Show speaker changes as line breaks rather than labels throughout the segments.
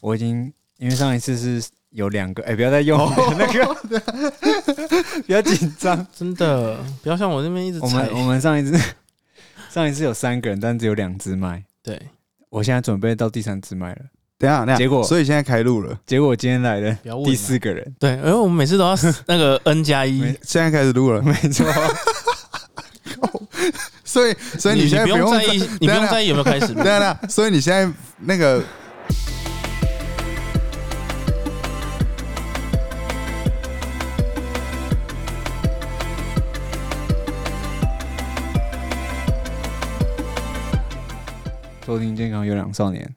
我已经因为上一次是有两个，哎、不要再用我
哦
的那个， 比较紧 张。
真的不要像我那边一直
我
踩
们。我们上一次上一次有三个人，但只有两只麦。
对，
我现在准备到第三只麦了，
等一下，等一下，
结果
所以现在开录了，
结果今天来了
不要问啊
第四个 人，
对，因为我们每次都要那个 N 加一，
没
现在开始录了，
没 错，
所以所以
你
现在
不
用
在意，你不用在
意，
意有没有开始录
等一。下，等一下，所以你现在那个
收听健康有氧少年，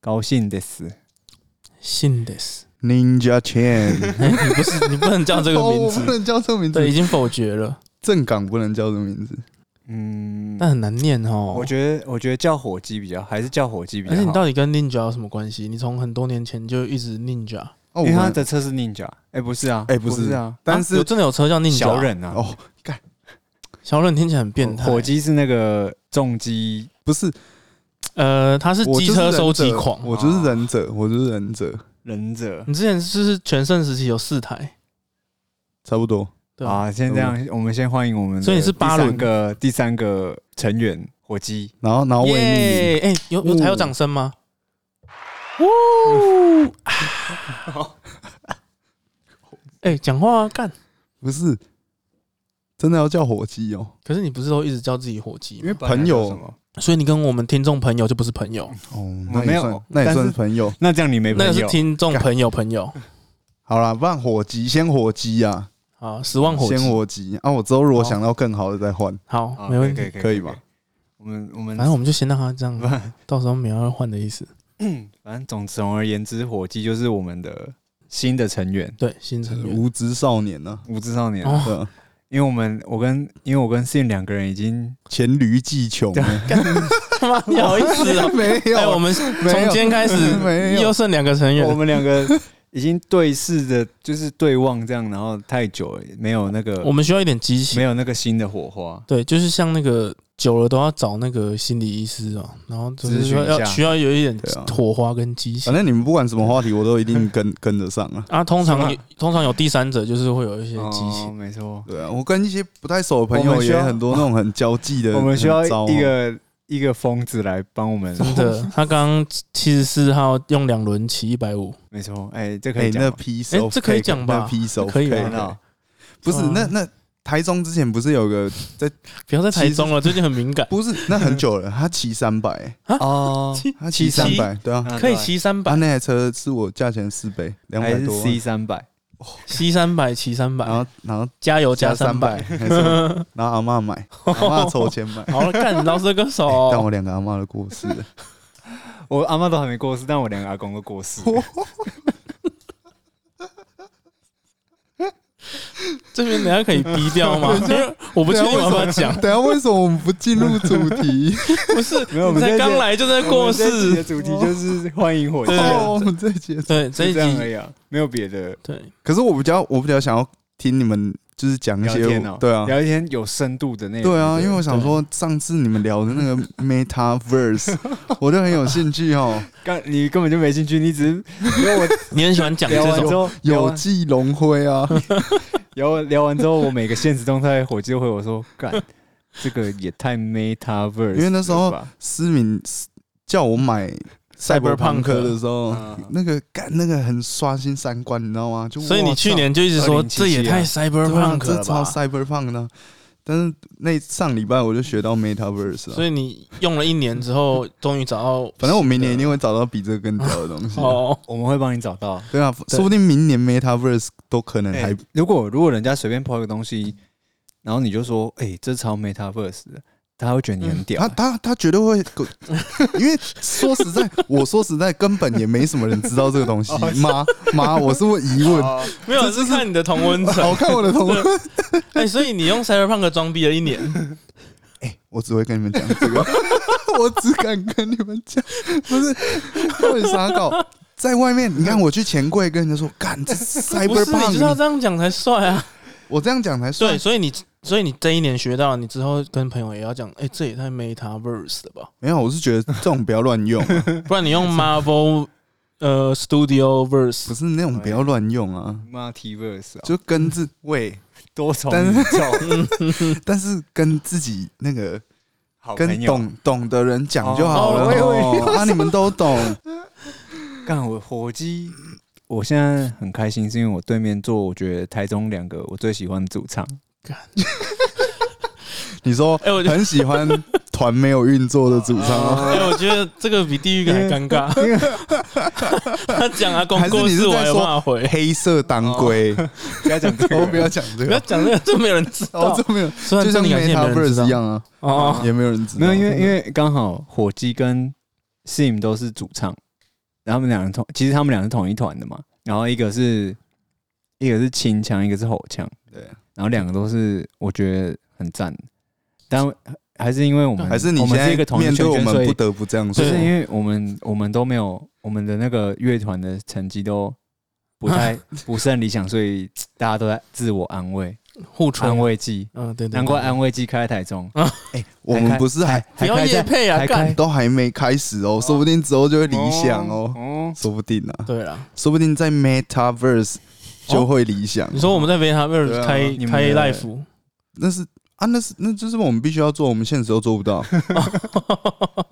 高兴的死。
信的是，
Ninja Chen，
哎 你不是你不能叫 这个
哦
名
我不
字，
能叫这个名
对，已
字，
经否决了，
正港不能叫这个名字，
嗯，
但很难念哦。
我觉得我觉得叫火鸡比较，还是叫火鸡比
而
较
且你
好，
到底跟 Ninja 有什么关系？你从很多年前就一直 Ninja，
哦，
因为
我
他
们
的车是 Ninja，哎、不是啊，
哎不
是
是
啊，
但
啊有
是
真的有车叫 Ninja，
小忍啊，
哦，
小忍听起来很变态。
火鸡是那个重击，
不是，
呃，他是
我
机
就是
车收
忍者
集狂。啊
我就是忍者，我就是忍者，
忍者
你之前就是全盛时期有四台，
差不多，
对吧？
啊。先这样，我们先欢迎我们的第三个，
所以你是八轮
个第三个成员火鸡，
然后然后为
耶！哎，有有还有掌声吗？
呜，
哎，讲话啊干！
你，不是真的要叫火鸡哦，
可是你不是都一直叫自己火鸡
因
吗，
为朋友
什么？
所以你跟我们听众朋友就不是朋友，
哦，
我
那
没
也
有
算那也
但
算
是
是朋友。
那这样你没朋
那个是
友，
听众朋友朋友
好啦，不然火鸡先火鸡啊，
啊，十万火
先
鸡，哦
火鸡啊！我之后如果
好
想到更好的再换。
好，
啊
没问
可以
题。
可以
可以
可
吧
以我们我们
反正我们就先让他这
不
样，到时候没有要换的意思。
反正总总而言之，火鸡就是我们的新的成员，
对，新成 员
无知少年呢、
无知少年啊。
哦，
对啊，
因为我们我跟因为我跟 Sin 两个人已经
黔驴技穷啊，。
他妈你好意思 哦
没
哎，我
有，
们
没
从
有
今天开始
没有
又剩两个成 员
我，们两个已经对视着，就是对望这样，然后太久了，没有那个
我们需要一点激情
没。有那个新的火花。
对，就是像那个久了都要找那个心理医师哦，然后就是
咨询
说
一
要
下
需要有一点
对啊
火花跟激情
反。正你们不管什么话题，我都一 定跟跟得上啊。
啊，通
是
常
吧
有通常有第三者，就是会有一些
哦
激情。
没错。
对啊，我跟一些不太熟的朋
我
友
们需要
也很多那种很交际 的，
我们需要
很糟哦
一个一个疯子来帮我们，
真的，他刚刚七十四号用两轮骑一百五，
没错。哎，这可
哎
以，讲
那啊
吗。
批
哎
手，
这可以讲吧
那批手
可以吧
看到
不是
是
嗯
吗
那那台中之前不是有个，。
不要在台中了，最近很敏感
不是那很久了，他骑三百，
哦，
七
他骑三百，对啊，
啊
可以骑三
他
百，
那台车是我价钱四倍，
对
两
还
百
是
多啊万，
C 三百，
骑三百，骑三
然
百，
后然后
加油加
三
三百。，
没错然后阿嬷买，阿嬷筹钱买
好了，干老师歌
哦哎
但我
手，哦
两个阿嬷都过世了。
我阿妈都还没过世，但我两个阿公都过世。
这边等一下可以逼掉 吗？因为我不确定我要不要讲，
等一下为什么我们不进入主题？
不是，
没有我
你
们
才
在
刚来就在过
我们这一集的
世。
主题就是欢迎 火鸡啊，
哦，我们这节，
对，这
就
一
这样而
集
已啊，没有别的。
对，
可是我比较，我比较想要听你们就是讲一
聊
些
天哦，，
对啊，
聊天有深度的内容。
对啊，因为我想说上次你们聊的那个 Metaverse，我就很有兴趣哦，
刚你根本就没兴趣，你只是因为我
你很喜 欢讲这
聊完
种
之。后
有
有啊
记龙辉啊，
聊聊完之后，我每个现实动态火鸡都回我说，干这个也太 metaverse，
因为那时候
了吧
思敏叫我买。赛博
Cyberpunk
朋克的时候
嗯，
那个干那个很刷新三观，你知道吗？就
所以你
哇
去
操
年就一直说
2077啊
这也太
对啊
cyberpunk
这
了
超
吧？
cyberpunk 的啊。但是那上礼拜我就学到 metaverse 了，
所以你用了一年之后，终于找到。
反正我明年一定会找到比这个更屌的东西 啊。
哦，
我们会帮你找到。
对啊，说不定明年 metaverse 都可能
哎
还
如果如果人家随便抛一个东西，然后你就说，哎，这超 metaverse 的，嗯他会觉得你很屌
他。他他绝对会， 因为说实在，我说实在，根本也没什么人知道这个东西。
哦
妈妈，我是问疑问，
哦
没有，是看你的同温 层。
我看我的同事，
哎，所以你用 cyberpunk 装逼了一年，
我只会跟你们讲 这个，我只敢跟你们讲，不是到底啥搞？在外面，你看我去钱柜跟人家说，干
不
这
是你就是要
cyberpunk，
这样讲才帅 啊！
我这样讲才算
对，。所以你，所以你这一年学到，你之后跟朋友也要讲，哎，这也 太 metaverse 了吧？
没有，我是觉得这种不要乱用啊，
不然你用 Marvel 呃 Studio
不
Verse
是那种不要乱用啊，
multiverse 啊，
就跟自喂，
多重
但
宇
是
宙，
但是跟自己那个
好
跟
朋友。
懂懂的人讲就好了
哦我以
哦，啊，你们都懂，
干我火鸡，我现在很开心，是因为我对面坐，我觉得台中两个我最喜欢的主 唱，
你说
哎我觉得
很喜欢团没有运作的主唱 吗？
哎、我觉得这个比地狱梗还尴 尬。他讲啊阿公
还是
过
你
世，
是
我
在
还
说啊
骂 回。
黑色当归，
哦 不要讲这
我不
个，
要讲这
不要
个，
讲这个，这没有人知道
哦，。这没有，
虽然
就像
真的感谢没人知
MetaVerse 一
道
样啊，
哦，
也没有人知
没
道。
有，因为因为刚好火鸡跟 Sim 都是主唱，然后他们两人同，其实他们俩是同一团的嘛，然后一个是一个是秦腔，一个是吼腔，
对，
然后两个都是我觉得很赞，但还是因为我们
嗯还是你
我
现
们是
在
一个同一
面
个
对
圈
我
圈，所
们
以
不得不这样
就
说
是。
对
因为我们我们都没有我们的那个乐团的成绩都不 太不甚理想，所以大家都在自我安慰，
哎
互
安
传。
慰剂。
嗯，对对，
难怪
对
安慰剂开在台中，
哎，我们不是还
不
还
要
开
夜
在
配啊，
还
干
开。
都还没开始哦，说不定之后就会理想哦，
哦，
说不定啊，
对了，
说不定在 MetaVerse 就会理想。
你说我们在 Vita
对
Verse
啊
开
你们
开
的
live，
那是啊，那是那就是我们必须要做，我们现实都做不 到，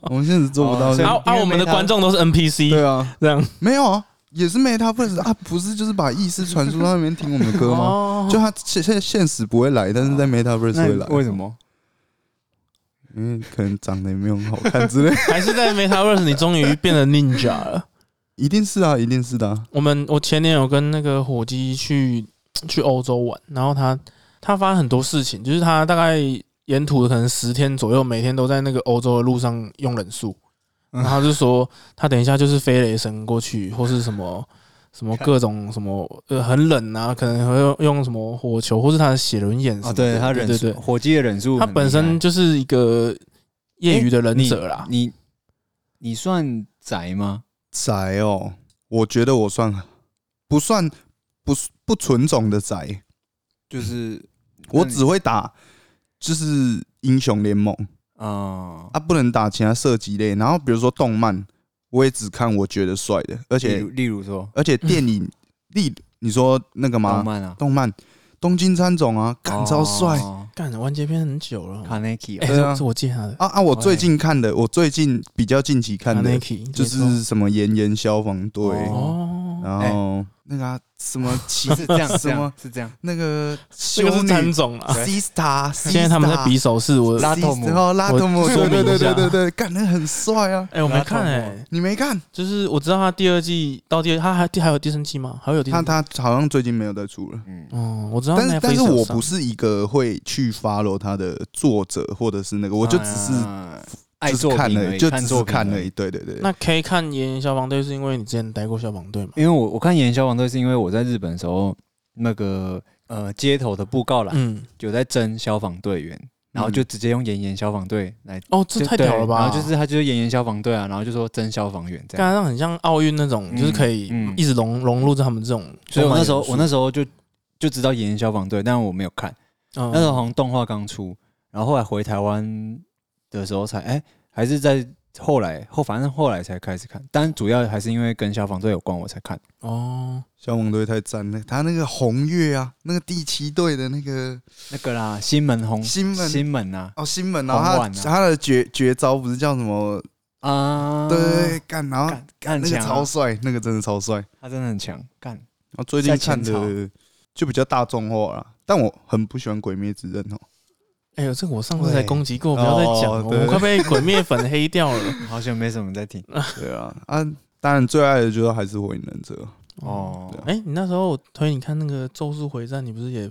我们现实做不到
哦。所以
然后
因
啊，
为
我们的
Meta-
观众都是 NPC
对啊，
这样。
没有啊，也是 MetaVerse 啊，不是就是把意识传输到那边听我们的歌吗？
哦
就他现现现实不会来，但是在 MetaVerse
哦那
会来，
为什么？
因为可能长得也没有很好看之类，
还是在 MetaVerse，你终于变成 Ninja 了。
一定是啊，一定是的啊。
我们我前年有跟那个火鸡去去欧洲玩，然后他他发生很多事情，就是他大概沿途可能十天左右，每天都在那个欧洲的路上用忍术，
嗯
然后他就说他等一下就是飞雷神过去，或是什么什么各种什么呃很冷啊，可能会用用什么火球，或是他的血轮眼
哦，
什么的
对他
对
忍哦
对
术，
对，
火鸡的忍术很厉
他
害，
本身就是一个业余的忍者啦，
你你算宅吗？
宅哦，我觉得我算不算不不纯种的宅，
就是
我只会打就是英雄联盟
啊，
啊，不能打其他射击类。然后比如说动漫，我也只看我觉得帅的，而
例
且
如例如说
而且电影例你说那个
动
吗？
漫啊，哦
动漫《东京参种》啊，干超帅
干完结篇很久了，
卡内基
哎，
对啊
这是我借他的
啊啊！我最近看的，我最近比较近期看的
Kaneki，
就
没错
是什么《炎炎消防队》，
哦，
然后那个啊什么骑
是这样，是
什
这
么
样，是这样。
那个
这
修
个是
女
詹总啊。
Sista，
现在他们在比手势，我
拉透姆
然后拉
我
特姆，
说
对
明
对
一
哦对
下
对对对，干那很帅啊！
哎，我没看
拉透
哎，
姆
你没看
就是我知道他第二季到第二，他还还有第三季吗？还会有第
他？
三季？
他好像最近没有再出了，
嗯，
嗯，我知道
但是
Netflix 有上，
但是我不是一个会去 follow 他的作者或者是那个，我就只是
啊爱
就是
作
看
品
了
而
已，
已，
就
看
只
作
是
品
看
而
了
已
已，对对对，
那可以看《炎炎消防队》，是因为你之前待过消防队嘛？
因为我我看《炎炎消防队》是因为我在日本的时候，那个呃街头的布告栏
嗯，
有在征消防队员，然后就直接用“炎炎消防队”来，
哦，这
就
太屌了
对
吧！啊
然后就是他就是炎炎消防队啊，然后就说征消防员这样。
刚刚很像奥运那种，
嗯
就是可以
嗯
一直融融入在他们这种。
所以我那时候我那
时
时候就就知道炎炎消防队，但我没有看，
候
那时候好像动画刚出，然后后来回台湾的时候才哎、还是在后来后反正后来才开始看，但主要还是因为跟消防队有关我才看。
哦，
消防队太赞了，他那个红月啊，那个第七队的那个
那个啦，新门红
新门
新门啊
哦新门，然后
红
他
丸啊
他的绝绝招不是叫什么？
啊，
对对对，干，然后
干干很
那个
强
超
啊，
帅，那个真的超帅。
他真的很强，干
我最近
在前
看的就比较大众化啦，但我很不喜欢《鬼灭之刃》哦。
哎呦，这个我上次才
对
攻击过，不要再讲了，
哦
我
对
们快被鬼灭粉黑掉 了。
好像没什么在听
对啊，啊，当然最爱的就是还是《火影忍者》，
哦，
哎、你那时候我推你看那个《咒术回战》，你不是也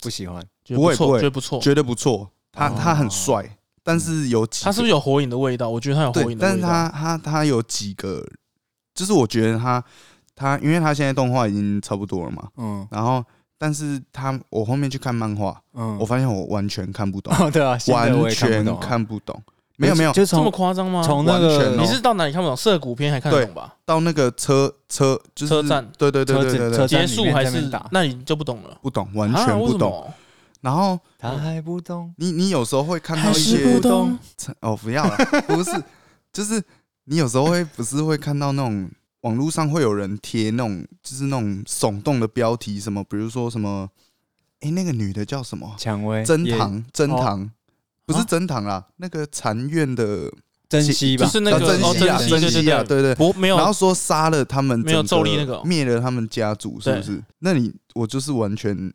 不喜欢
觉得
不会
错，
不会
觉得不错？
觉得不错。他
哦
他很帅，但是有几个
它是不是有火影的味道？我觉得它有火
对，
影的
但
味
是
道。
他他他有几个，就是我觉得他他，因为他现在动画已经差不多了嘛，
嗯
然后但是他我后面去看漫画，
嗯
我发现我完全 看不懂，
哦 对啊，新的我
完
也看不
全
懂啊
看不懂。没有没有，
就
这么
从
夸张吗？
从那个
完全
你
哦
是到哪里看不懂？涩谷片还看得懂吧？
到那个车车就是
车站
对对对
车
对
子
对
车子
对，
结束还
在那
是
边打
那你就不懂了，
不懂，完全
啊为
不
什
懂。
么
然后
他还不懂，
你你有时候会看到
还
一
是
些
不懂
哦，不要了，不是，就是你有时候会不是会看到那种网络上会有人贴那种就是那种耸动的标题，什么比如说什么，哎、那个女的叫什么？
蔷薇
真
也
堂，真
哦
堂，不是
啊
真堂啦，那个禅院的
珍惜吧
就，是那
啊
个哦，
珍惜啊，
惜，
珍
对对
惜啊，
对，
对对。
不没
然后
有，
说杀了他们整个，
没有咒力那个哦
灭了他们家族，是不是？那你我就是完全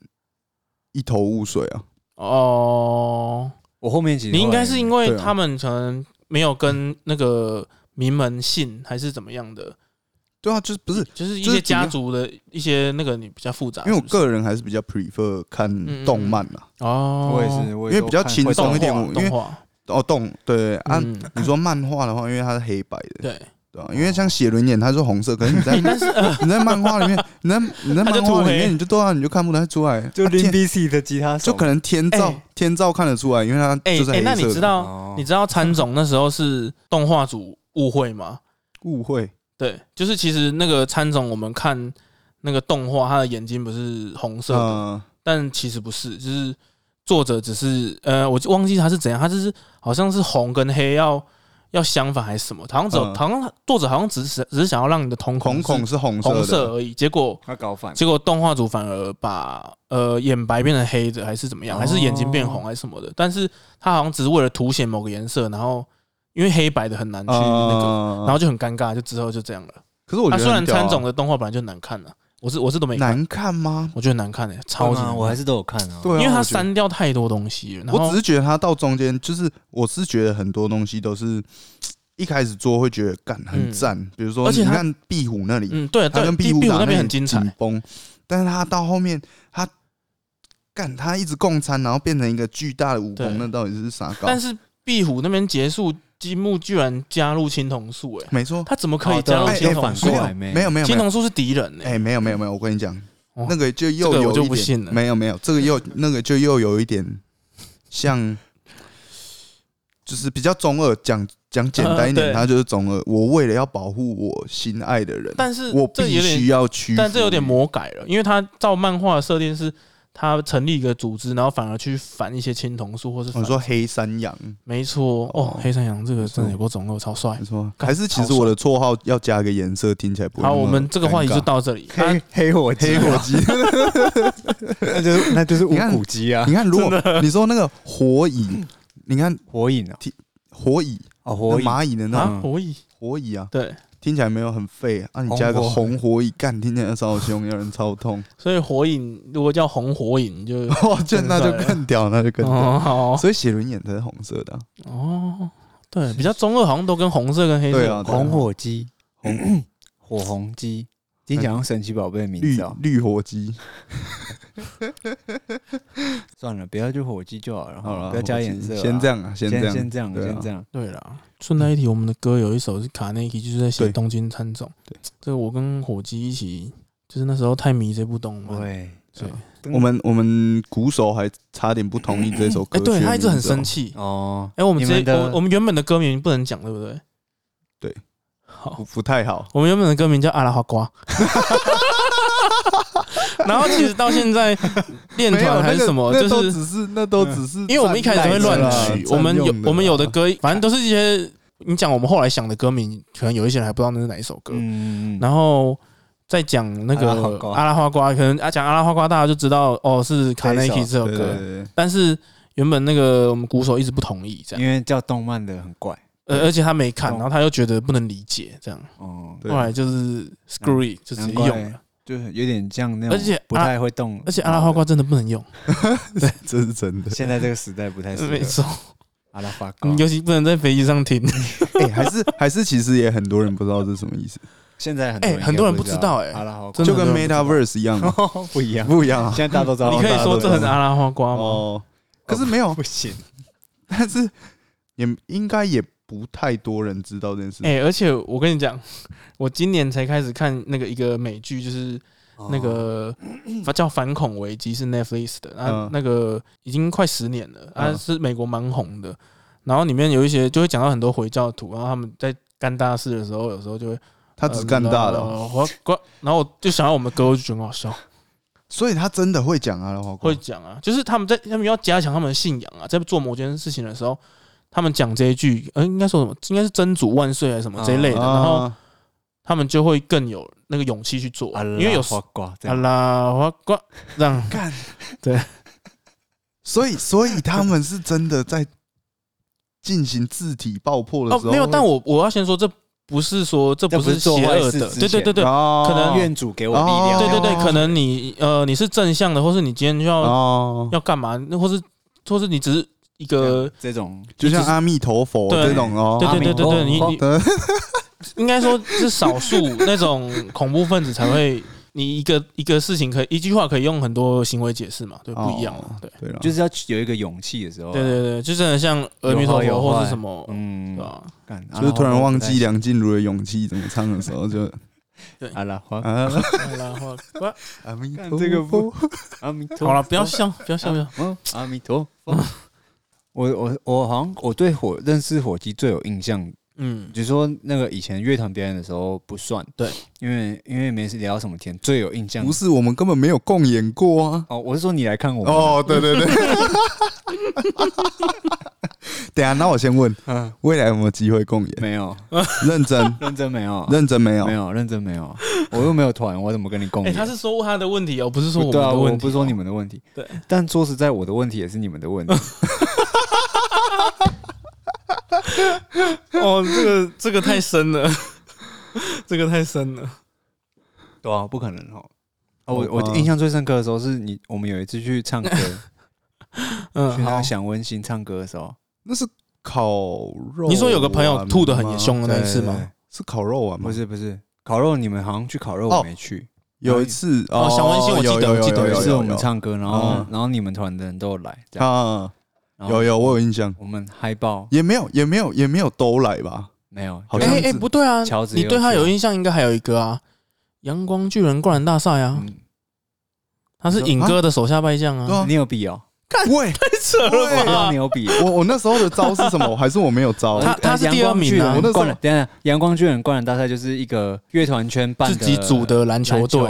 一头雾水啊！
哦，
我后面其实
你应该是因为
对啊
他们可能没有跟那个名门姓还是怎么样的，
对啊，就是不是
就是一
就是
些
主要
家族的一些那个你比较复杂，
因为我
是不嗯是
个人还是比较 prefer 看动漫啊，
哦，
我也是，我
因为比较轻
会
松一点
动画
我因为
动画，
哦动对对啊。
嗯，
你说漫画的话，因为它是黑白的，
对，
对啊，因为像写轮眼它是红色，可是你在
哎但是呃
你在漫画里面，你在你在
它就
漫画
涂
里
黑
面，你就对啊，你就看不太出来，
就
啊
Lin
天
B C 的吉他手，
就可能天照
哎
天照看得出来，因为它
哎
就是
哎，
黑
那你
色
知
的。
道
哦
你知道参总那时候是动画组误会 吗？
误会
对，就是其实那个参总，我们看那个动画，他的眼睛不是红色的，
嗯，
但其实不是，就是作者只是呃，我就忘记他是怎样，他就是好像是红跟黑要要相反还是什么，好像只有、
嗯
好像作者好像只是只是想要让你的瞳孔
瞳
是
孔是红色的，
红色而已，结果
他搞反，
结果动画组反而把呃眼白变成黑的，还是怎么样，还是眼睛变红
哦
还是什么的，但是他好像只是为了凸显某个颜色，然后因为黑白的很难去那个，
啊
然后就很尴尬，就之后就这样了。
可是我觉
啊，
得
虽然
很屌啊
参总的动画本来就难看了、我是我是都没看，
难看吗？
我觉得难看诶、超级难
啊，
看
我还是都有看啊。
对啊，
因为它
我觉得
删掉太多东西了。然
我
后
只是觉得它到中间，就是我是觉得很多东西都是一开始做会觉得干很赞，比如说
而且
你
它
看壁虎那里，
嗯，对
它
对，
跟
壁
虎
壁虎
打
那边
个
很精彩
紧，绷，但是它到后面它干它一直共餐，然后变成一个巨大的蜈蚣
对，
那到底是啥搞？
但是壁虎那边结束，积木居然加入青铜树，哎，
没错，
他怎么可以
啊
加
哦
入
对
青
哎
铜
反
树啊
过
没？有
来没
没有没有没
青
有，
铜树是敌人
哎、
哎，
没有没有没有，我跟你讲，
哦
那个就又
这个
有
我就
一
不
点
信了
没有没有，这个又那个就又有一点像，就是比较中二，讲讲简单一
啊对
点，他就是中二。我为了要保护我心爱的人，
但是
我
这
必
有
须
点，
要屈服于，
但这有点魔改了，因为他照漫画的设定是。他成立一个组织，然后反而去反一些青铜树，或是
我
反
哦说黑山羊，
没错哦
哦，
黑山羊这个真的有过中二，超帅
没。错，
干
还是其实我的绰号要加个颜色，听起来不会
好，
那么
我们这个话题
尴尬
就到这里。啊
黑黑火
黑
鸡，
火鸡。
那就是那就是无
你看
骨鸡啊
你，看，如果你说那个火 蚁，你看
火影啊，
火蚁，
哦，
那
火影，
蚂蚁的嗯那
啊，我以
火蚁啊，
对，
听起来没有很废啊，你加个红火蚁干，听起来超凶，有人超痛。
所以火影如果叫红火影就
哇，这那就更屌，那就更屌。
哦好
所以写轮眼才是红色的啊、
哦，对，比较中二好像都跟红色跟黑色
对
有
啊
关
对啊
红火鸡，红火红鸡，听起来像神奇宝贝的名
绿
字哦。
绿火鸡。
算了，不要就火鸡就好了，
哦
好了，
不要加颜色
火
啊，
鸡先这样啊，先
先
这
先这样，
样，对啊
先这样。
对啦，顺带一提，我们的歌有一首是卡内基，就是在写
对
东京参种。
对，
这个我跟火鸡一起，就是那时候太迷这部动
哦
漫。
对，
对，哎
我们我们鼓手还差点不同意这首歌
哎，
曲的名字哦，
对他一直很生气。
哦，
哎，我们直
你们
接
的
我我们原本的歌名不能讲，对不对？
对，
好
不，不太好。
我们原本的歌名叫阿拉花 瓜。然后其实到现在练
没有
团还是什么，
那个
就
那都
是嗯
只是那都只是，
因为我们一开始会乱取，我们有我们有的歌，反正都是一些你讲我们后来想的歌名，可能有一些人还不知道那是哪一首歌。
嗯，
然后再讲那个
阿拉花瓜
阿拉花瓜，可能啊讲阿拉花瓜，大家就知道哦是卡耐基这首
对对
歌。
对，
但是原本那个我们鼓手一直不同意这样，
因为叫动漫的很怪，
呃，而且他没看，然后他又觉得不能理解这样，
哦，
哦对嗯
后来就是 screw it 就直接用
难
了。
就是有点像那种，
而且啊
不太会动，
而且阿拉花瓜真的不能用，
这是真的。
现在这个时代不太
啊
适合
没错，
哦
阿拉法瓜
嗯，尤其不能在飞机上听。
哎，还是还是其实也很多人不知道这是什么意思，
现在很
哎很多人不知道哎
阿拉法瓜
真的
就跟
很多人不知道
MetaVerse 一样嘛，
不一样，
不一样啊。
现在大家都知道，
你可以说这很
是
阿拉花瓜吗？
哦，可是没有，
不行，
但是也应该也不太多人知道这件事。
哎、而且我跟你讲，我今年才开始看那个一个美剧，就是那个、叫《反恐危机》，是 Netflix 的，啊
哦嗯，
那个已经快十年了，啊，
嗯
是美国蛮红的。然后里面有一些就会讲到很多回教徒，然后他们在干大事的时候，有时候就会
他只干大的哦，
呃我我然后我就想到我们歌，我就觉得很好笑，
所以他真的会讲阿拉花瓜
会。讲啊，就是他们在他们要加强他们的信仰啊，在做某件事情的时候，他们讲这一句，呃，应该说什么？应该是真主万岁还是什么这一类的，然后。
啊
他们就会更有那个勇气去做，
哦
因为有
花瓜啊这
阿
样，
拉花瓜这样，
干，
对，
所以所以他们是真的在进行字体爆破的
哦
时候
没
会、，
有，但我我要先说，这不是说这
这
不
不是
是邪
做坏
恶
事
的，
之
对对对对
哦
可能
愿主给我力量，
哦
对对对，可能你呃你是正向的，或是你今天就要
哦，
要干嘛，那或是或是你只是一个
这种
就像阿弥陀佛
对
这种哦，
对对对对对，你
阿弥
你应该说是少数那种恐怖分子才会，你一个一个事情可以一句话可以用很多行为解释嘛，对，
哦
不一样嘛，对
对了，
就是要有一个勇气的时候啊，
嗯对对对，就真的像阿
有
弥陀佛
坏有
或
坏
是什么，
嗯
对，吧？
干
就是突然忘记梁静茹的勇气怎么唱的时候就
阿拉花，
啊，
然后 哇
阿弥陀
干
佛
这个不阿弥陀佛，
好了，不要笑，不要笑，不要笑。
嗯，阿弥陀佛。
嗯
我我我好像我对火认识火鸡最有印象，
嗯，
就是说那个以前乐团表演的时候不算，
对，
因为因为没聊什么天，最有印象
不是我们根本没有共演过啊。
哦，我是说你来看我们，
哦，对对对。等一下，那我先问，
嗯
未来有没有机会共演？
没有，
认真，
认真没有，
认真没有
没。有认真没有，我又没有团，我怎么跟你共
哎，
演？
他是说他的问题哦，不是说我们
对啊，
的
我
问题
不
哦，
是说你们的问题，
对，嗯
但说实在，我的问题也是你们的问 题，
哦，这个这个太深 了，这个太深了。
对啊，不可能哦。啊，我
好吧
我印象最深刻的时候是你，我们有一次去唱 歌，去
嗯，
那
好
个，想温馨唱歌的时候，
那是烤肉。
你说有个朋友吐的很严，凶的那一次
对
吗？？
是烤肉啊？
不，是不是，烤肉你们好像去烤肉，我
哦
没去。
有一次
哦小温馨我记得
有有
我记得
有有
有一
有
次
有
我们唱歌，然后
嗯
然后你们团的人都有来，这样
啊，
哦
然后
有有我有印象，
我们嗨爆
也没有也没有也没有都来吧？
没有？
好
就
像
哎
是
哎，不对啊
乔，治也
你
有
对他
去啊
有印象，应该还有一个啊，阳光巨人灌篮大赛啊，
嗯
他是尹哥的手下败将
对
啊，
啊
你有比哦，
喂，
太扯
我知道
了
你
吧？
有比。哦呃
我我那时候的招是什么？还是我没有招？
他他是
阳
第二
光
名
巨
啊
人
我那时候
灌篮等一下，阳光巨人灌篮大赛就是一个乐团圈办
自己组的篮
篮
球队，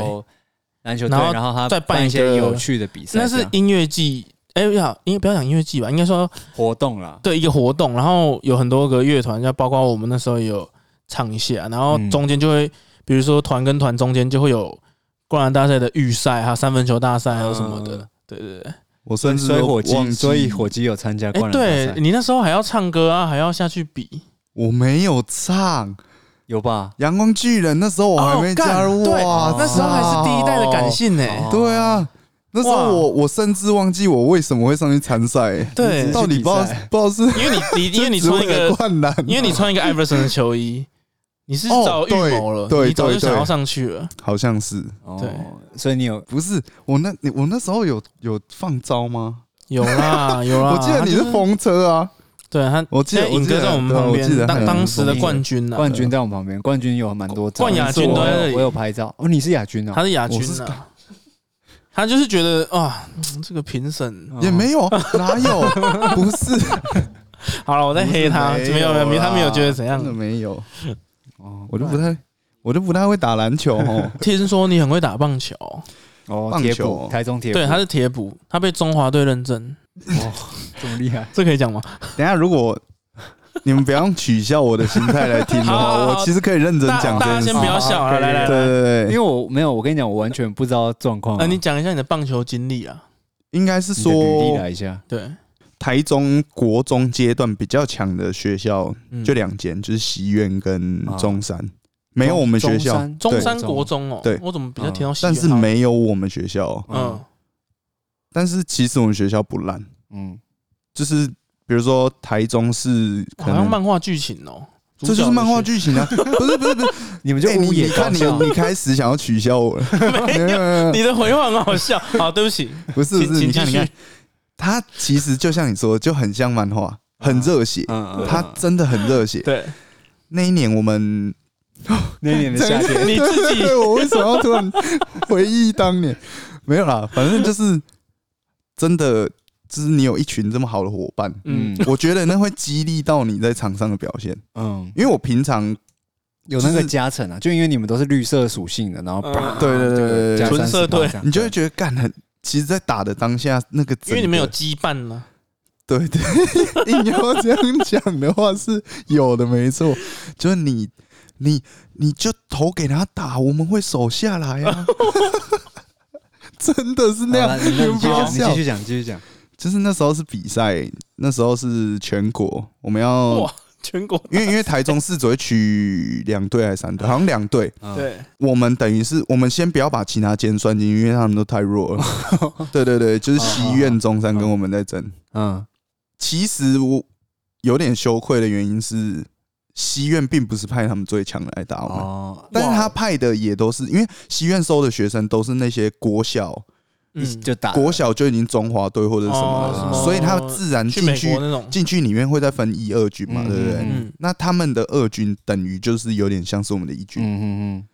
篮球队，
然后
然后他
再办
办一
一
些
个
有趣的比赛，
那
这
是
样
音乐季。哎，不要，因为不要讲音乐季吧，应该说
活动啦。
对一个活动，然后有很多个乐团，要包括我们那时候也有唱一下，然后
嗯
中间就会，比如说团跟团中间就会有灌篮大赛的预赛，还有三分球大赛，还有什么的。
嗯
对对对，
我甚至
所以
都
火
忘
鸡，
记
所以火鸡有参加
哎、
灌篮大
对
赛，
你那时候还要唱歌啊，还要下去比。
我没有唱《
有吧？
阳光巨人》，那时候我还没加入
哦干对
哇，
那时候还是第一代的感性呢、
哦
对啊，那时
哇
候我我甚至忘记我为什么会上去参赛，欸
对
你只
到底不知道
去比赛
不知道是
因为 你你因为你
只
穿一
为了
个，
灌篮，
因为你穿一个艾弗森的球衣，你是
哦
早预
对
谋了，
对
你早就
对
想要
对
上去了。
好像是
哦，
对
所以你有
不是我那你我那时候有有放招吗？
有 啦有啦，
我记得
他
你
就是
风车啊，
对他，
我记得
因为
我
尹
记
哥
得
在我们
对
旁
我记
边
得嗯
当
还有
当时的
印象
冠军啊呢、
冠
啊
军在我旁边，冠军有蛮多张，
冠亚
是我
军都在
有
那里
我有拍照。哦，你是亚军哦，
他是亚军
我是
啊， 他就是觉得啊，嗯这个评审
哦
也没有，哪 有？不是，
好了，我在黑他，
不是
没有没有，没有
啦
他没有觉得怎样
啊真。的没有，
哦，
我就不太，我就不太会打篮球 哦。
听说你很会打棒球，
哦，
棒
铁
球
捕，台中铁捕，
对，他是铁捕，他被中华队认证，
哦，这么厉害，
这可以讲吗？
等一下如果你们不要用取笑我的心态来听的
好好
话，
好
我其实可以认真
大
讲
大
这
家
件事
先。不要笑
好
啊，
可以
来来
哦对
来，
对
因
对，
为我没有，我跟你讲，我完全不知道状况啊。
呃，你讲一下你的棒球经历啊。
应该是
你的履历
说
来一下，
对，
台中国中阶段比较强的学校
嗯哦
就两间，就是西苑跟中山，没有
中
我们学校，
山
中
对
山国中哦，
对嗯
我怎么比较听到西哦
但
园
是
好像
没有我们学校哦。
嗯
但是其实我们学校不烂，
嗯，
就是比如说台中市可
好像
能
漫画剧情哦，
这就是漫画 剧情啊！不是不是不是，
你们就
哎你
污
你
野
看
高
你
校，
你开始想要取笑 我了，
主角
没
的事
有
情。没
没
有，
有没
你的回话很好笑。 好，对不起，
有，不是
请
不是，
请
你看
继
你
续
看，他其实就像你说，就很像漫画，很热血，
嗯嗯，
他
嗯
真的很热血。
啊对
那一年我们，
那一年的夏天，
你自己
对 我为什么要突然回忆当年？没有啦，反正就是真的，就是你有一群这么好的伙伴，
嗯
嗯
我觉得那会激励到你在场上的表现，
嗯，
因为我平常
有那个加成啊，就因为你们都是绿色属性的，然后
嗯
啪
对对对对对对
加30%
纯色队
这样
你就会觉得干很，其实，在打的当下那个，
因为你们有羁绊啊呢。
对 对，硬要这样讲的话是有的，没错。就是你你你就投给他打，我们会守下来啊！ 真的是那
好
样，
了，你
你们
你
不
继
要
续你继
笑。
续讲，继续讲。
就是那时候是比赛，那时候是全国，我们要
哇，全国
因为因为台中市只会取两队还是三队，好像两队。
嗯，
对
我们等于是我们先不要把其他间算进去，因为他们都太弱了。对对对，就是西苑、中山跟我们在争。
嗯，
其实我有点羞愧的原因是，西苑并不是派他们最强的来打我们，
哦，
但是他派的也都是因为西苑收的学生都是那些国小，
一
嗯，
就打
国小就已经中华队或者什么
哦什
了，
么
所以他自然
去
进
美国
去
那种，
进去里面会再分一二军嘛，
嗯
对不
嗯
对？
嗯，
那他们的二军等于就是有点像是我们的一军，
嗯嗯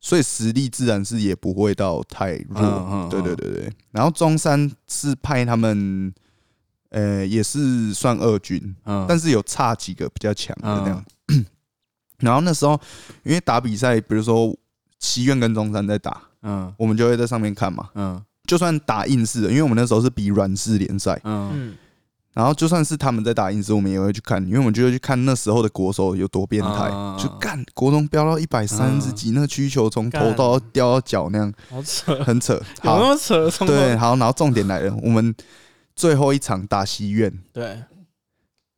所以实力自然是也不会到太弱。
嗯嗯嗯
对对对对。然后中山是派他们，呃，也是算二军，
嗯，
但
是
是有差几个比较强的那样。 然后那时候因为打比赛，比如说西苑跟中山在打，
嗯
我们就会在上面看嘛。
嗯
就算打硬式的，因为我们那时候是比软式联赛，
嗯
嗯，
然后就算是他们在打硬式，我们也会去看，因为我们就会去看那时候的国手有多变态，
嗯
就干国中飙到一百三十几，那曲球从头到掉到脚那样，
好扯，有
很扯。
那
好，
么扯？从头
对，好，然后重点来了，我们最后一场打西苑
对，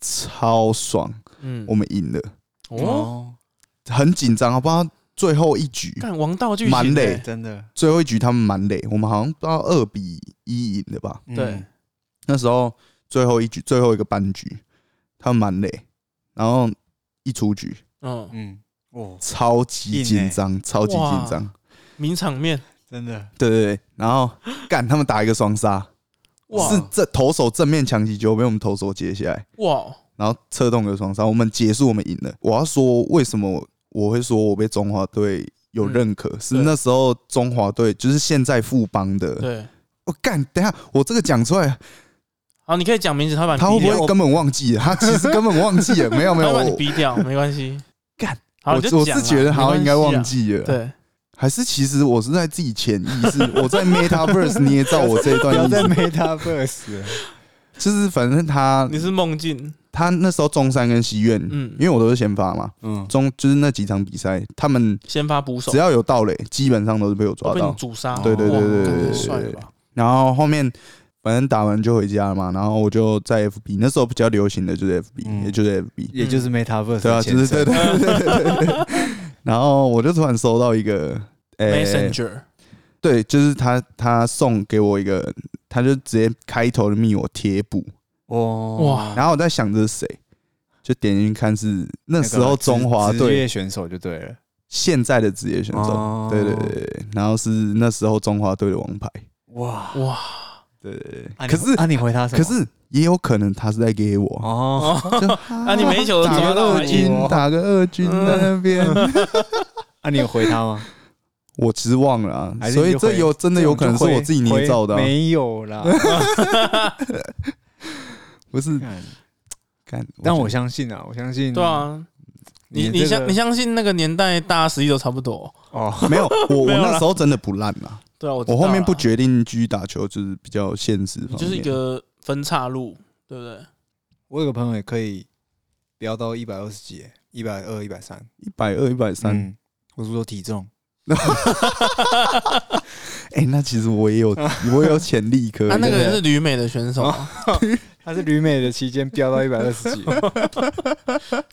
超爽，
嗯
我，们赢了，
哦，，
很紧张，啊好不好？最后一局，
看王道剧情
蛮累
欸
哎真的
最后一局他们蛮累，我们好像不知道二比一赢的吧？
对，
那时候最后一局，最后一个半局，他们蛮累，然后一出局
嗯，
嗯，哦，
超级紧张，超级紧张，
名场面，
真的
对对对，然后干他们打一个双杀，
哇
是这投手正面强袭球被我们投手接下来，
哇，
然后策动一个双杀，我们结束，我们赢了。我要说为什么我会说我被中华队有
嗯
认可，是
对
那时候中华队就是现在富邦的，
对，
我哦干、等一下我这个讲出来，
好，你可以讲名字，他把啊你
他会
逼
不
掉
会根本忘记啊了？他其实根本忘 记了，没有没有，
他把
我
你逼 掉，没关系，
干，
好，你就
我我
讲啊
是觉得好像应该忘，记
没
了，
关系啊
还是其实我是在自己潜意识，我在 MetaVerse 捏造我这一
不
段
要
意
再
思，
MetaVerse 了
就是反正他
对，你是梦境，
他那时候中山跟西苑，
嗯
因为我都是先发嘛，
嗯，
中就是那几场比赛，他们
先发捕手
只，要有盗垒，基本上都是被我抓
都被你
到。
阻杀，
对对对
哇
对对
感觉
对对
帅了吧？
然后后面反正打完就回家了嘛，然后我就在 FB，那时候比较流行的就是 FB，、
嗯
也就是 FB，
也
嗯
就是 MetaVerse
对
的
啊，就
前
是
身
对对对对对对。然后我就突然收到一个，
哎
诶、
Messenger，
对，就是他他送给我一个，他就直接开头的密我贴补，
啊
哇
然后我在想这是谁，就点进去看是那时候中华
职
队
业选手就对了，
现在的职业选手，
哦
对对对，对然后是那时候中华队的王牌，
哇
哇，
对对
啊你
对。可是
啊，你回他什
可
么？
是也有可能他是在给我，
哦，
哦，
就
啊，
啊
你每一球都
打
抓
个
到
二
而已，
军，打个二军在那边，
啊，你有回他 吗？
我其实忘了啊
还，是
所
你
以
就
这
回
有真的有可能是我自己捏造的啊，
没有 啦。
不是
看
干。
但
觉
我相信啊，我相信。
对，啊，
嗯
你
这
你
个
相你相信那个年代大家实力都差不多，
哦，
得没有，我我
没有啦
那时候真的不烂啊，
对啊，我知
我
道
后面
啦
不决定继续打球，就是比较现实方
你
面，
就是一个分岔路，对不对？
我有个朋友也可以飙到一百二十几，一百二、一百三，
一百二、一百三。
嗯，我是说体重，
哎，那其实我也有，我也有潜力可以
啊，那个
对
人是旅美的选手，啊
他是旅美的期间飙到一百二十 几，
哦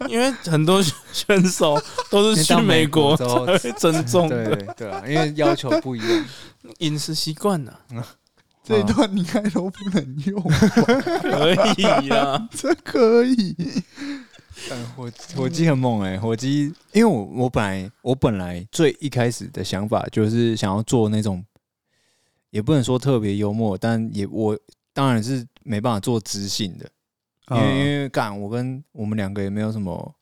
因为很多选选手都 是去
到
美国
之
才
后，
会增重的
对对啊，因为要求不一 样。啊
饮食习惯啊呢，
这一段，应该都不能用，
可以啊，
这可以。
但火火鸡很猛哎、火鸡，因为我我本来我本来最一开始的想法就是想要做那种，也不能说特别幽默，但也我当然是没办法做知性的，因为因
嗯
为干我跟我们两个也没有什么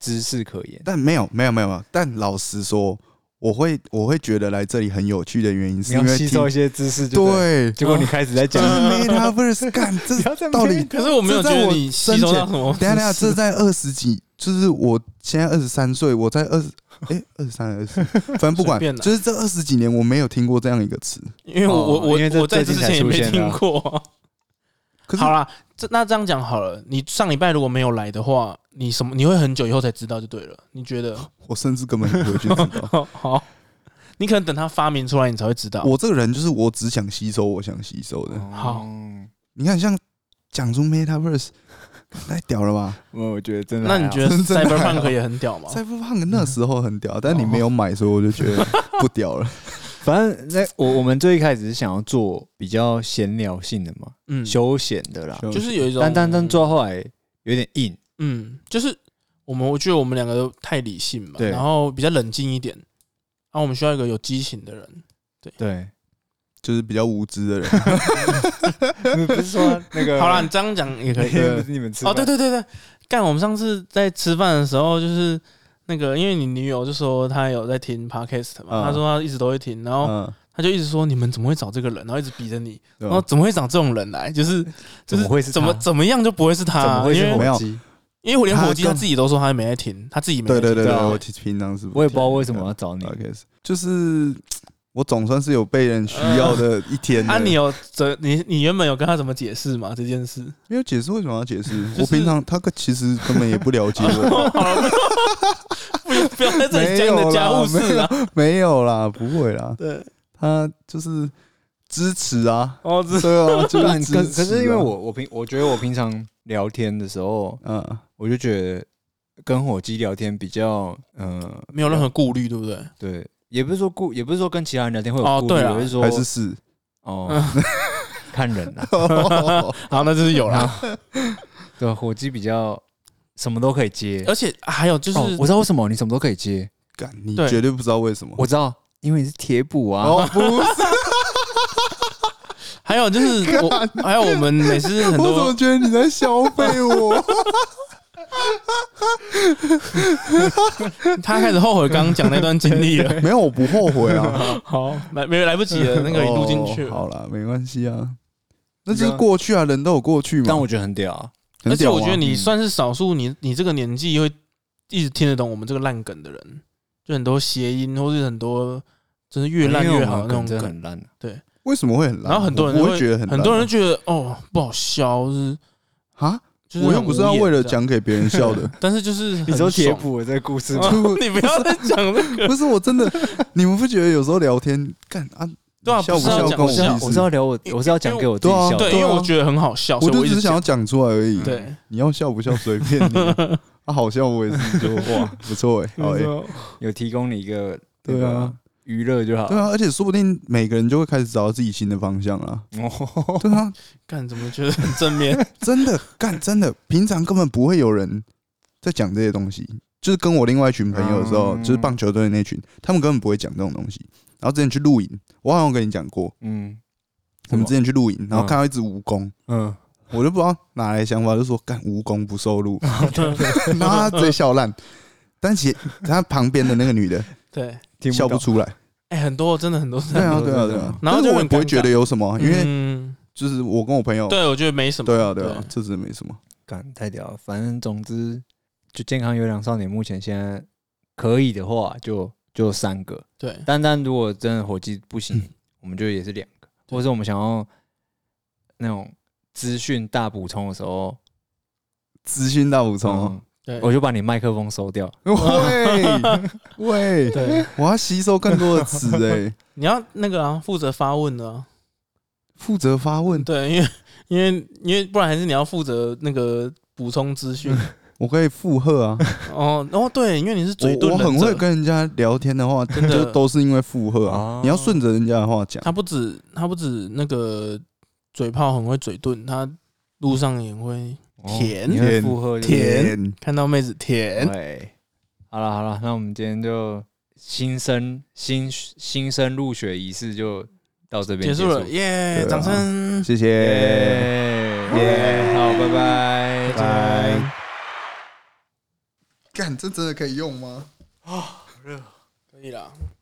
知识可言，
但没有，没有，没有，没有。但老实说，我会，我会觉得来这里很有趣的原因，
你
是
要
因为
吸收一
听
些知识就对了，哦
对，
结果你开始在
就
讲
是，MetaVerse 干这
不要再
到 底
可是我没有觉得你吸收到什么，
等一下，等一下，这在二十几，就是我现在二十三岁，我在 二十，哎，二十三、二十，反正不
随
管
便，啦
就是这二十几年，我没有听过这样一个词。
因为我
哦
我
因为
我
这
我在
最
之
近才
前也
出
没
现的
听
啊
过啊，
可是
好啦，这那这样讲好了，你上礼拜如果没有来的话，你什么你会很久以后才知道就对了。你觉得？
我甚至根本不会去知 道。
好，你可能等它发明出来，你才会知道。
我这个人就是我只想吸收我想吸收的。
好
嗯，
你看，像讲 出 Metaverse，太屌了吧？
嗯我我觉得真的还
那
好，
你觉得
真的还好
Cyberpunk 也很 屌吗？
哦
赛博胖那时候很屌，但你没有买，所以我就觉 得不屌了。
反正那我我们最一开始是想要做比较闲聊性的嘛，
嗯，
休闲的啦，
就是有一种，
但但但做到后来有点硬，
嗯，就是我们我觉得我们两个都太理性嘛，
对
然后比较冷静一点，然、后我们需要一个有激情的人。
对，
就是比较无知的人，
你不是说那个
好啦，你这样讲也可以。
不是你们吃
哦，对对对对，干！我们上次在吃饭的时候，就是那个，因为你女友就说她有在听 podcast 嘛，
嗯
她说她一直都会听，然
哦
后
嗯，
她就一直说你们怎么会找这个人，然后一直逼着你，
对
然
吧
哦
后怎么会找这种人来？就是
怎
就
么会是
怎么
他
怎么样就不会是他，
怎么会
因
是
为
没有
火鸡？
因为我连
他
火鸡他
更
自己都说他没在听，他自己没在听。
对对对对，
对啊
我平常是
我也不知道为什么要找你，
OK，就是我总算是有被人需要的一天了。
啊，你有怎你你原本有跟他怎么解释吗？这 件事？
没有解释为什么要解释？
是哦
我平常他其实根本也不了解 我，
好了，不不不要在这里讲你的家务事了。
没有啦，不会啦，
对，
他就是支持啊，
哦，这
对啊，就
对啊
是
你
支
可
持啊
可是因为我我平我觉得我平常聊天的时候，
嗯，
我就觉得跟火鸡聊天比较，呃，
没有任何顾虑，对不对？
对，也不是说顾，也不是说跟其他人聊天会有
哦
顾虑，
对啦
我是说
还是是，
哦， 看人啦，
好，那就是有啦。
对，火鸡比较什么都可以接，
而且还有呃就是，
哦，我知道为什么你什么都可以接，
干你
对
绝对不知道为什么，
我知道，因为你是铁补啊，
哦 不是，
还有就是 我，还有我们每次很
我怎么
多，
觉得你在消费我？
他开始后悔刚刚讲那段经历 了。
没有，我不后悔 啊，
好，来没来不及了，那个也录进去
哦
了。
好啦，没关系啊，那就是过去啊，人都有过去嘛，
但我觉得很屌啊，
很
而且
屌
我
啊
觉得你
嗯
算是少数，你你这个年纪会一直听得懂我们这个烂梗的人，就很多谐音或是很多就是越烂
因为
越
我们
好那种
真的
梗。
很烂啊，
为什么会很烂？
然后很多人
我
就
不会觉得很烂
很多人就觉得哦不好笑，就是
啊，
就是
我又不是要
很无言
为了
这样，
讲给别人笑 的，
但是就是
你说
很
铁
爽，
补的这个故事吗？
哦你不要 再讲那个，
不是我真的，你们不觉得有时候聊天干啊？
对啊，
笑
不
不
是要
笑
讲
跟我
是要
笑
屁，
我是要聊我
因为
我是要讲给我自己
对啊
笑的，
对，因为我觉得很好笑，所
我
以
就
一
只
直
是想要讲出来而已。
讲，对。
你要笑不笑随便 你，啊，好笑我也是就哇，不错哎，好哎，
有提供你一个
对啊，
娱乐就好
对。啊，而且说不定每个人就会开始找到自己新的方向啦。
哦，
对啊，
干怎么觉得很正 面？
真的干真的，平常根本不会有人在讲这些东西。就是跟我另外一群朋友的时候，
啊
嗯
就是棒球队的那群，他们根本不会讲这种东西。然后之前去露营，我好像有跟你讲过，
嗯
我们之前去露营，然后
嗯
看到一只蜈蚣，
嗯，
我就不知道哪来的想法，就说干蜈蚣不 收录，然后他直接笑烂。但其实他旁边的那个女的
对，
听
笑不
懂。
出来，
哎，很多真的很多
对啊，对
真
啊，
的
对啊。
嗯然后
但是
就
我也
很
不会
尴尬
觉得有什么，因为
嗯，
就是我跟我朋友，
对，我觉得没什么。
对啊，对啊，这只没什么。
干太屌了，反正总之就健康有氧少年目前现在可以的话就就三个，
对
但但如果真的火鸡不
嗯
行，我们就也是两个，或者是我们想要那种资讯大补充的时候，
资讯大补充哦，
嗯
对，
我就把你麦克风收掉。
嗯
喂喂，
对，
我要吸收更多的词 哎。
你要那个啊，负责发问的啊，
负责发问，
对，因为因为因为不然还是你要负责那个补充资 讯。
我可以附和啊，
哦哦，对，因为你是 嘴
我
遁
我很
忍
会
者，
跟人家聊天的话，
真的
就都是因为附和啊
哦。
你要顺着人家的话讲，
他不止他不止那个嘴炮很会嘴遁，他路上也会甜
哦你会附和就是
甜
天
看到妹子舔。
哦
对，好了好了，那我们今天就新生新新生入学仪式就到这边
结束了，
耶！
耶、
对啊
掌声！
谢谢。
耶好，拜拜，
拜拜。
干，这真的可以用吗？
可以啦。